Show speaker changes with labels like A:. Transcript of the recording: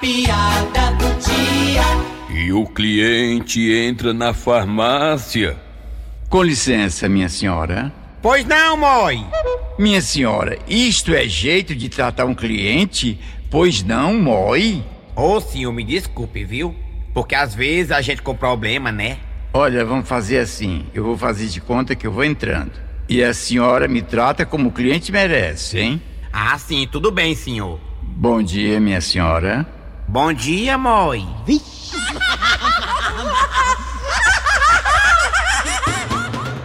A: piada do dia.
B: E o cliente entra na farmácia.
C: Com licença, minha senhora.
D: Pois não, mãe.
C: Minha senhora, isto é jeito de tratar um cliente? Pois não, moi?
D: Ô, senhor, me desculpe, viu? Porque às vezes a gente com problema, né?
C: Olha, vamos fazer assim. Eu vou fazer de conta que eu vou entrando. E a senhora me trata como o cliente merece, hein?
D: Ah, sim, tudo bem, senhor.
C: Bom dia, minha senhora.
D: Bom dia, mãe.
E: Vixe.